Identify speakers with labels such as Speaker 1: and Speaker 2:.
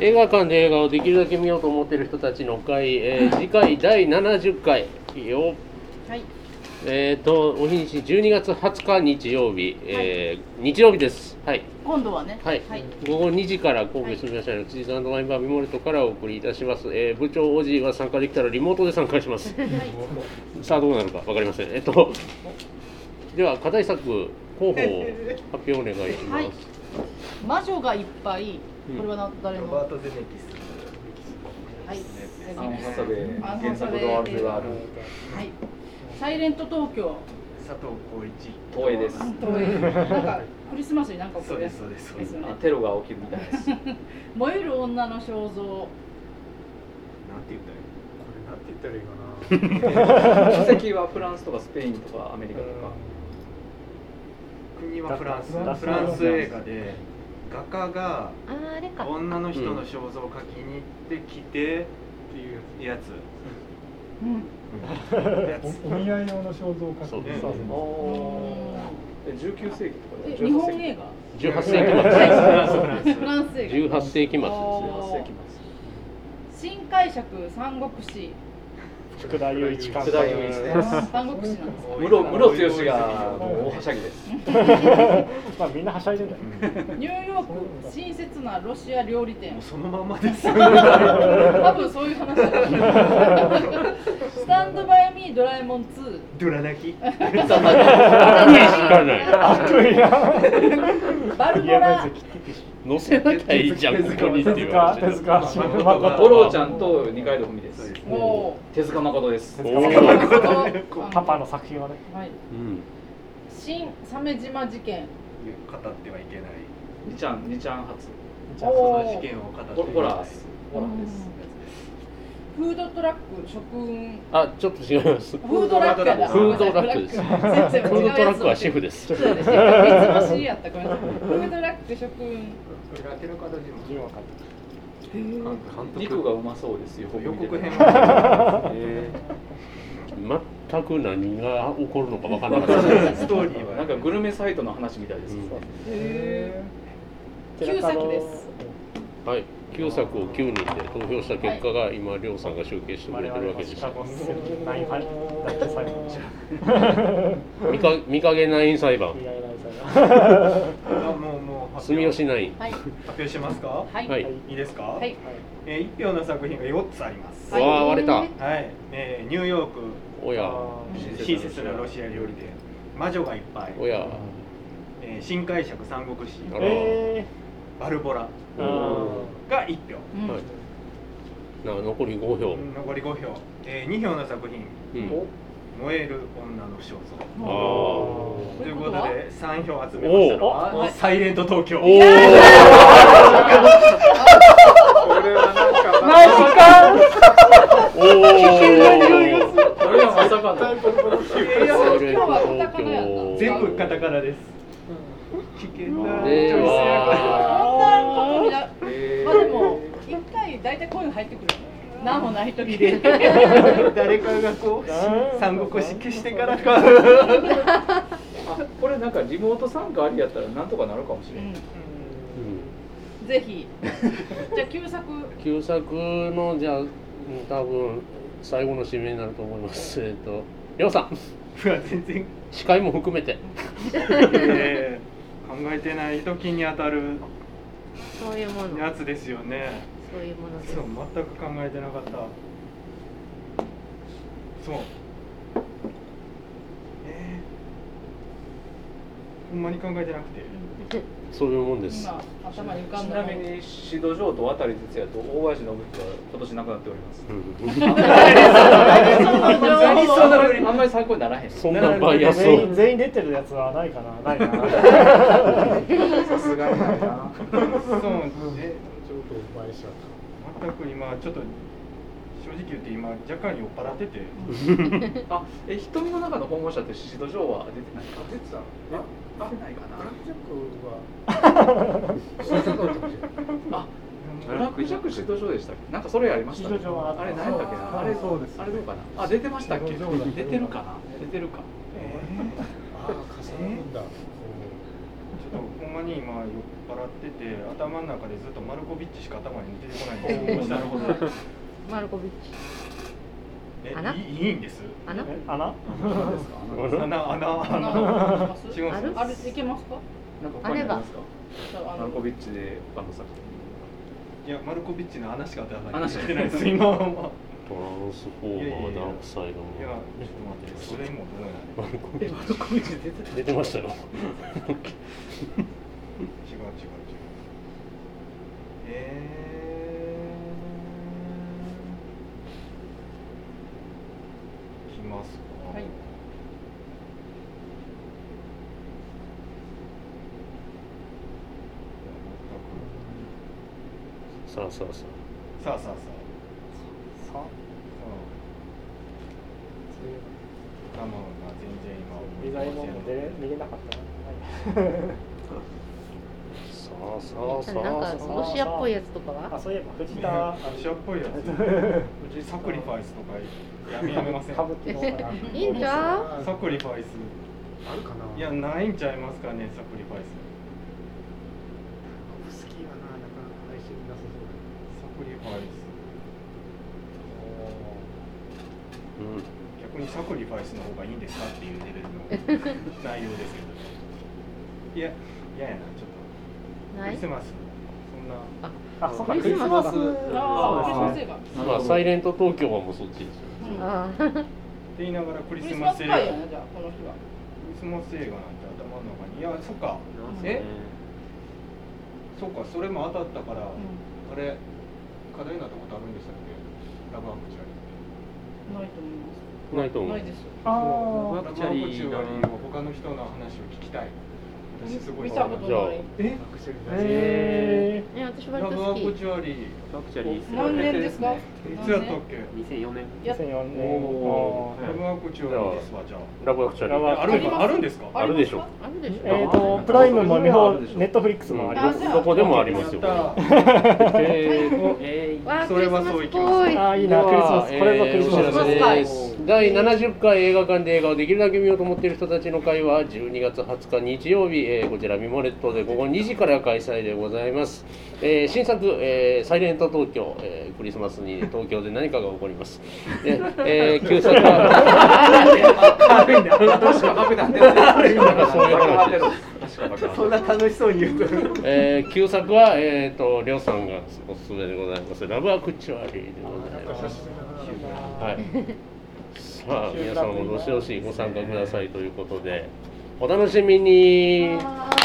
Speaker 1: 映画館で映画をできるだけ見ようと思っている人たちの会、えー次回第70回を、
Speaker 2: はい。
Speaker 1: えー、とお日にち12月20日日曜日、えー日曜日です。はい
Speaker 2: 今度はね。
Speaker 1: はい、午後2時から神戸住吉会の辻さんのワインバービモルトからお送りいたします、えー部長おじは参加できたらリモートで参加しますさあどうなるかわかりませんえっとでは課題作候補を発表お願いしま
Speaker 2: はい
Speaker 1: す
Speaker 2: 魔女がいっぱい
Speaker 1: うん。
Speaker 2: これはな誰
Speaker 3: ロ
Speaker 2: の。
Speaker 3: バー
Speaker 2: は
Speaker 3: ト・ゼネキス
Speaker 2: い。
Speaker 3: アンハサウェイ
Speaker 2: アンハサウェイ
Speaker 3: 原作ドアビュアル
Speaker 2: はい。サイレント東京。
Speaker 3: 佐藤浩市
Speaker 4: 東映です
Speaker 2: なんかクリスマスになんか起こるやつ
Speaker 3: そうですそうです
Speaker 2: よね
Speaker 4: テロが起きるみたい です。
Speaker 2: 燃える女の肖像。
Speaker 3: なんて言ったらいい
Speaker 5: これなんて言ったらいいかな
Speaker 4: 国籍はフランスとかスペインとかアメリカとか。
Speaker 3: 国はフランス
Speaker 5: だ
Speaker 3: フランス映画で画家が
Speaker 6: あーあれか
Speaker 3: 女の人の肖像を描きに行ってきて
Speaker 5: っていう
Speaker 3: やつ
Speaker 2: うん。
Speaker 3: やつ
Speaker 5: おお見合い用の肖像を描く
Speaker 1: そう
Speaker 3: です
Speaker 5: そう
Speaker 4: あーえ19世紀とか
Speaker 2: え
Speaker 4: で
Speaker 2: 日本映画。
Speaker 1: 18世
Speaker 3: フ
Speaker 1: 紀
Speaker 3: ランスフランス
Speaker 2: フランス
Speaker 1: 末
Speaker 2: 映画。
Speaker 1: 18世紀末です
Speaker 2: あ
Speaker 1: ね
Speaker 4: 18世紀
Speaker 2: 新解釈三国志。
Speaker 5: 福田雄一監督
Speaker 4: 福田雄一ね
Speaker 2: 三国志なんです。
Speaker 4: 末。室室剛がもう大はしゃぎ です。
Speaker 5: まあみんなはしゃいでんだよ
Speaker 2: ニューヨーク親切なロシア料理店
Speaker 3: もう。そのままですよ
Speaker 2: 多分そういう話だと思 うスタンドバイミードラえもん2
Speaker 3: ドラ泣き
Speaker 1: 悪意しかない
Speaker 5: 悪意な
Speaker 2: バルボラ
Speaker 1: 乗せなきゃいいじゃんここにって言
Speaker 5: 手塚
Speaker 1: われ
Speaker 5: 手
Speaker 1: て
Speaker 5: 塚
Speaker 3: 誠
Speaker 4: 五郎ちゃんと二階堂ふみです。
Speaker 2: も
Speaker 4: 手塚誠です。
Speaker 1: お
Speaker 2: う
Speaker 1: ー
Speaker 5: パパの作品はね
Speaker 2: はい
Speaker 1: うん
Speaker 2: 新鮫島事件
Speaker 3: 語ってはいけない
Speaker 4: 二ちゃん二ちゃん発。
Speaker 2: お
Speaker 3: その
Speaker 2: お
Speaker 3: 事件を語ってはいけな
Speaker 4: ホ
Speaker 3: い
Speaker 4: ホラーです。ホラーです。
Speaker 2: フードトラック食運
Speaker 1: あちょっと違います
Speaker 2: フードラックやな
Speaker 1: フードラックです
Speaker 2: 全然違うやつ
Speaker 1: フードトラックはシェフです
Speaker 2: そうですねいつも知り合ったごめんなさいフードラック食運
Speaker 3: これが寺門ジモン
Speaker 5: ジムを描く
Speaker 3: 監督
Speaker 4: 肉がうまそうですよ。
Speaker 3: 予告編
Speaker 4: は。え
Speaker 1: 全く何が起こるのかわからなかったです
Speaker 3: ストーリー
Speaker 4: ー
Speaker 3: は
Speaker 4: なんかグルメサイトの話みたいです。
Speaker 1: う
Speaker 2: へー旧作です
Speaker 1: はい、9作を9人で投票した結果が今、りょうさんが集計してく
Speaker 5: 我
Speaker 1: れて
Speaker 5: 々
Speaker 1: るわ
Speaker 5: は
Speaker 1: けで
Speaker 5: シ
Speaker 1: す
Speaker 5: カゴセブンナインファイだって最後
Speaker 1: 見か見かけない裁判
Speaker 5: 見、合いない最
Speaker 3: あもうもう発
Speaker 1: 住
Speaker 3: 表
Speaker 1: 吉ナイン。
Speaker 2: はい
Speaker 3: 発表しますか
Speaker 2: はい
Speaker 1: は
Speaker 2: はいい、
Speaker 3: いいですか
Speaker 2: はい
Speaker 3: えー一票の作品が4つあります
Speaker 1: わ
Speaker 2: は
Speaker 3: は
Speaker 2: い
Speaker 1: わ
Speaker 2: う
Speaker 1: ー、割れた。
Speaker 3: いえーニューヨーク
Speaker 1: おや、
Speaker 5: 後
Speaker 3: 親切なロシア料理店魔女がいっぱい
Speaker 1: おや、
Speaker 3: えー新解釈三国志
Speaker 1: あら
Speaker 5: え
Speaker 3: バルボラ
Speaker 5: ーうん
Speaker 3: が1票
Speaker 2: うん
Speaker 1: はい。な残り5票。
Speaker 3: 残り5票え2票の作品
Speaker 1: うん、
Speaker 3: 燃える女の肖像
Speaker 1: ああ。お
Speaker 2: もう
Speaker 3: と
Speaker 2: と
Speaker 3: い
Speaker 2: いうう
Speaker 3: こ
Speaker 2: こととは
Speaker 3: で3票集めましたの
Speaker 2: おお
Speaker 3: はサイレント東京
Speaker 1: おー。
Speaker 5: れはなんかナイスか
Speaker 1: おお。
Speaker 4: これはまさかの。
Speaker 2: 今日はカタカナやった
Speaker 3: 全部カタカナです危険な
Speaker 1: で
Speaker 2: こん
Speaker 1: は
Speaker 2: なことにな
Speaker 4: えー
Speaker 2: まあでも一回大体こういうの入ってくるよね。何もない時で。
Speaker 3: 誰かがこう三国志消して からか
Speaker 4: あこれなんかリモート参加ありやったらなんとかなるかもし
Speaker 2: う
Speaker 4: れな
Speaker 2: ん
Speaker 4: い。
Speaker 1: うん
Speaker 2: ぜひ。じゃあ旧作。
Speaker 1: 旧作の、じゃあ、うん多分最後の指名になると思います。えっと、りょうさん、
Speaker 3: うわ全然
Speaker 1: 司会も含めて。
Speaker 3: えー考えてない時に当たる
Speaker 6: そういうもの
Speaker 3: やつですよね
Speaker 6: そういうものです
Speaker 3: そう全く考えてなかったそうえー、ほんまに考えてなくて
Speaker 1: そういうもんです。
Speaker 2: 今頭に浮か
Speaker 4: ち
Speaker 2: んだ
Speaker 4: な
Speaker 2: の。
Speaker 4: みに指導上と渡哲也と大林信彦は今年亡くなっております。
Speaker 1: うん
Speaker 4: あ
Speaker 2: 何
Speaker 4: ん
Speaker 2: そ
Speaker 4: ま
Speaker 2: の
Speaker 4: りあんまり参考にならへん。
Speaker 1: そんなバイアス
Speaker 5: 全員
Speaker 1: を。
Speaker 5: 全員出てるやつはないかなないかな
Speaker 4: さすがにないな。
Speaker 3: そうえ
Speaker 5: ちょっとお前しちゃっ
Speaker 3: 全く今ちょっと正直言って今若干酔っ払ってて
Speaker 4: あえ瞳の中の訪問者って指導上は出てないか。出てた。出てないかな。あブラックジャック指導上でしたっけ。なんかそれありました、ね。
Speaker 5: 指導上あった
Speaker 4: あれ何だっけな。あれ
Speaker 5: そうです
Speaker 4: あれどうかな。あ出てましたっけ。
Speaker 5: 指導上だ
Speaker 4: 出てるかな。出てるか。
Speaker 3: えー、ちょっとほんまに今酔っ払ってて頭の中でずっとマルコビッチしか頭に出てこないんですよ
Speaker 4: なるほど。
Speaker 6: マルコビッチ
Speaker 3: え
Speaker 6: 穴
Speaker 3: いいいいんです
Speaker 6: 穴
Speaker 5: え穴
Speaker 4: 何ですか
Speaker 3: 穴穴
Speaker 2: あ
Speaker 3: 穴
Speaker 2: の
Speaker 3: 違うんですよ
Speaker 2: あるいけますか？
Speaker 4: なんか他にありますか
Speaker 2: あ
Speaker 4: マル
Speaker 2: の
Speaker 4: コビッチでバンドされて
Speaker 3: いやマルコビッチの穴しか当たらな
Speaker 4: 穴
Speaker 3: い
Speaker 4: しか
Speaker 3: してないです今はも
Speaker 1: トランスフォーマーダークサイド
Speaker 3: ういやちょっと待ってそれもどうや
Speaker 1: の
Speaker 3: ら
Speaker 1: マルコ
Speaker 4: え、マルコビッチ出てた
Speaker 1: 出てましたよ
Speaker 3: 違う違う違うえー、きますか
Speaker 2: はい
Speaker 1: さあさあさ
Speaker 3: さあさあさあさ
Speaker 5: さ
Speaker 3: ああのが全然今思い出せ
Speaker 5: 意外も
Speaker 3: ない
Speaker 5: 出れ見れなかったな
Speaker 1: あさあさあさ
Speaker 6: なん
Speaker 1: あ
Speaker 6: か
Speaker 1: さ
Speaker 6: ロシアっぽいやつとか
Speaker 5: あ
Speaker 6: は
Speaker 5: そういえば藤
Speaker 3: ギ
Speaker 5: 田
Speaker 3: タ
Speaker 5: あ
Speaker 3: ーシャっぽいやつ サクリファイスとかやめやめません
Speaker 5: 歌舞伎のか
Speaker 6: いいんちゃ
Speaker 3: サクリファイス
Speaker 7: あるかない
Speaker 3: やないんちゃいますかねサクリファイス
Speaker 7: 好きはななかなか配信なさそうだな
Speaker 3: サクリファイス
Speaker 1: うん
Speaker 3: 逆にサクリファイスの方がいいんですかっていうレベルの内容ですけどいやいややなちょっと
Speaker 6: な
Speaker 3: クリ
Speaker 6: い
Speaker 3: スマスそんな
Speaker 5: あそうかクリスマス
Speaker 6: クリス
Speaker 2: ああ、
Speaker 5: そう
Speaker 2: 先
Speaker 5: です
Speaker 2: 生が。
Speaker 5: ね
Speaker 1: まあサイレント東京はもうそっちですよ
Speaker 6: あ
Speaker 3: っ
Speaker 6: ー
Speaker 3: て言いながらク
Speaker 2: ク
Speaker 3: リ
Speaker 2: リ
Speaker 3: ス
Speaker 2: スマ
Speaker 3: マ
Speaker 2: ス
Speaker 3: ス映
Speaker 2: 会
Speaker 3: 画ク
Speaker 2: やなじゃあこの日は。
Speaker 3: リスマス映画なんて頭の中にいやそっかえそっかそれも当たったから、
Speaker 2: う
Speaker 3: あれ課題になったことあるんでしたっけラブアクチャリ
Speaker 2: ん、ないと思います。
Speaker 1: ないと思う
Speaker 2: ないですよ。
Speaker 5: あ
Speaker 3: ラブアクチャリーは他の人の話を聞きたい私すご
Speaker 2: 見
Speaker 3: い
Speaker 2: たこと
Speaker 1: じゃあ
Speaker 2: ない。
Speaker 3: え
Speaker 7: アクセル
Speaker 5: ー
Speaker 7: だね
Speaker 5: へ
Speaker 6: ね私
Speaker 3: ラ
Speaker 6: 割
Speaker 3: ブ
Speaker 6: と
Speaker 3: ア
Speaker 6: 好
Speaker 3: ク
Speaker 6: き
Speaker 3: チャリー
Speaker 4: ラブアクチャリー
Speaker 2: 何年ですか？
Speaker 3: いつやったっけ
Speaker 4: 2004年
Speaker 5: え
Speaker 2: やっ
Speaker 5: 2004
Speaker 3: お
Speaker 5: 年
Speaker 3: おーラブアクチャリーですわじゃあ
Speaker 1: ラブアクチャリ
Speaker 5: ラブア
Speaker 1: ー
Speaker 5: ク
Speaker 3: あ
Speaker 5: チャ
Speaker 3: る
Speaker 5: リ
Speaker 3: んあるんですか
Speaker 1: あるでしょ
Speaker 6: あるでしょ
Speaker 5: えっとプライムも日本ネットフリックスもあります
Speaker 2: あ
Speaker 1: どこでもありますよ
Speaker 3: やった
Speaker 1: えー
Speaker 4: え
Speaker 6: わあ
Speaker 3: そ
Speaker 6: ク
Speaker 3: れ
Speaker 6: リスマ
Speaker 3: は
Speaker 6: スっ
Speaker 3: そういきます
Speaker 6: ぽい
Speaker 5: あーいいなクリスマスこれぞクリスマス
Speaker 1: えーお知らせです第70回映画館で映画をできるだけ見ようと思っている人たちの会は12月20日日曜日、えーこちらミモレットで午後2時から開催でございます、えー新作、えーサイレント東京」えークリスマスに東京で何かが起こります、でえー旧作は
Speaker 4: 確かバカだって
Speaker 1: なんか そういう話です
Speaker 4: 確か
Speaker 7: そんな楽しそうに言うと
Speaker 1: えー旧作は、えー、とりょうさんがおすすめでございます。ラブアクチュアリーでございます。はい。さあ、皆さんもどしどしご参加くださいということで、お楽しみに。
Speaker 2: た。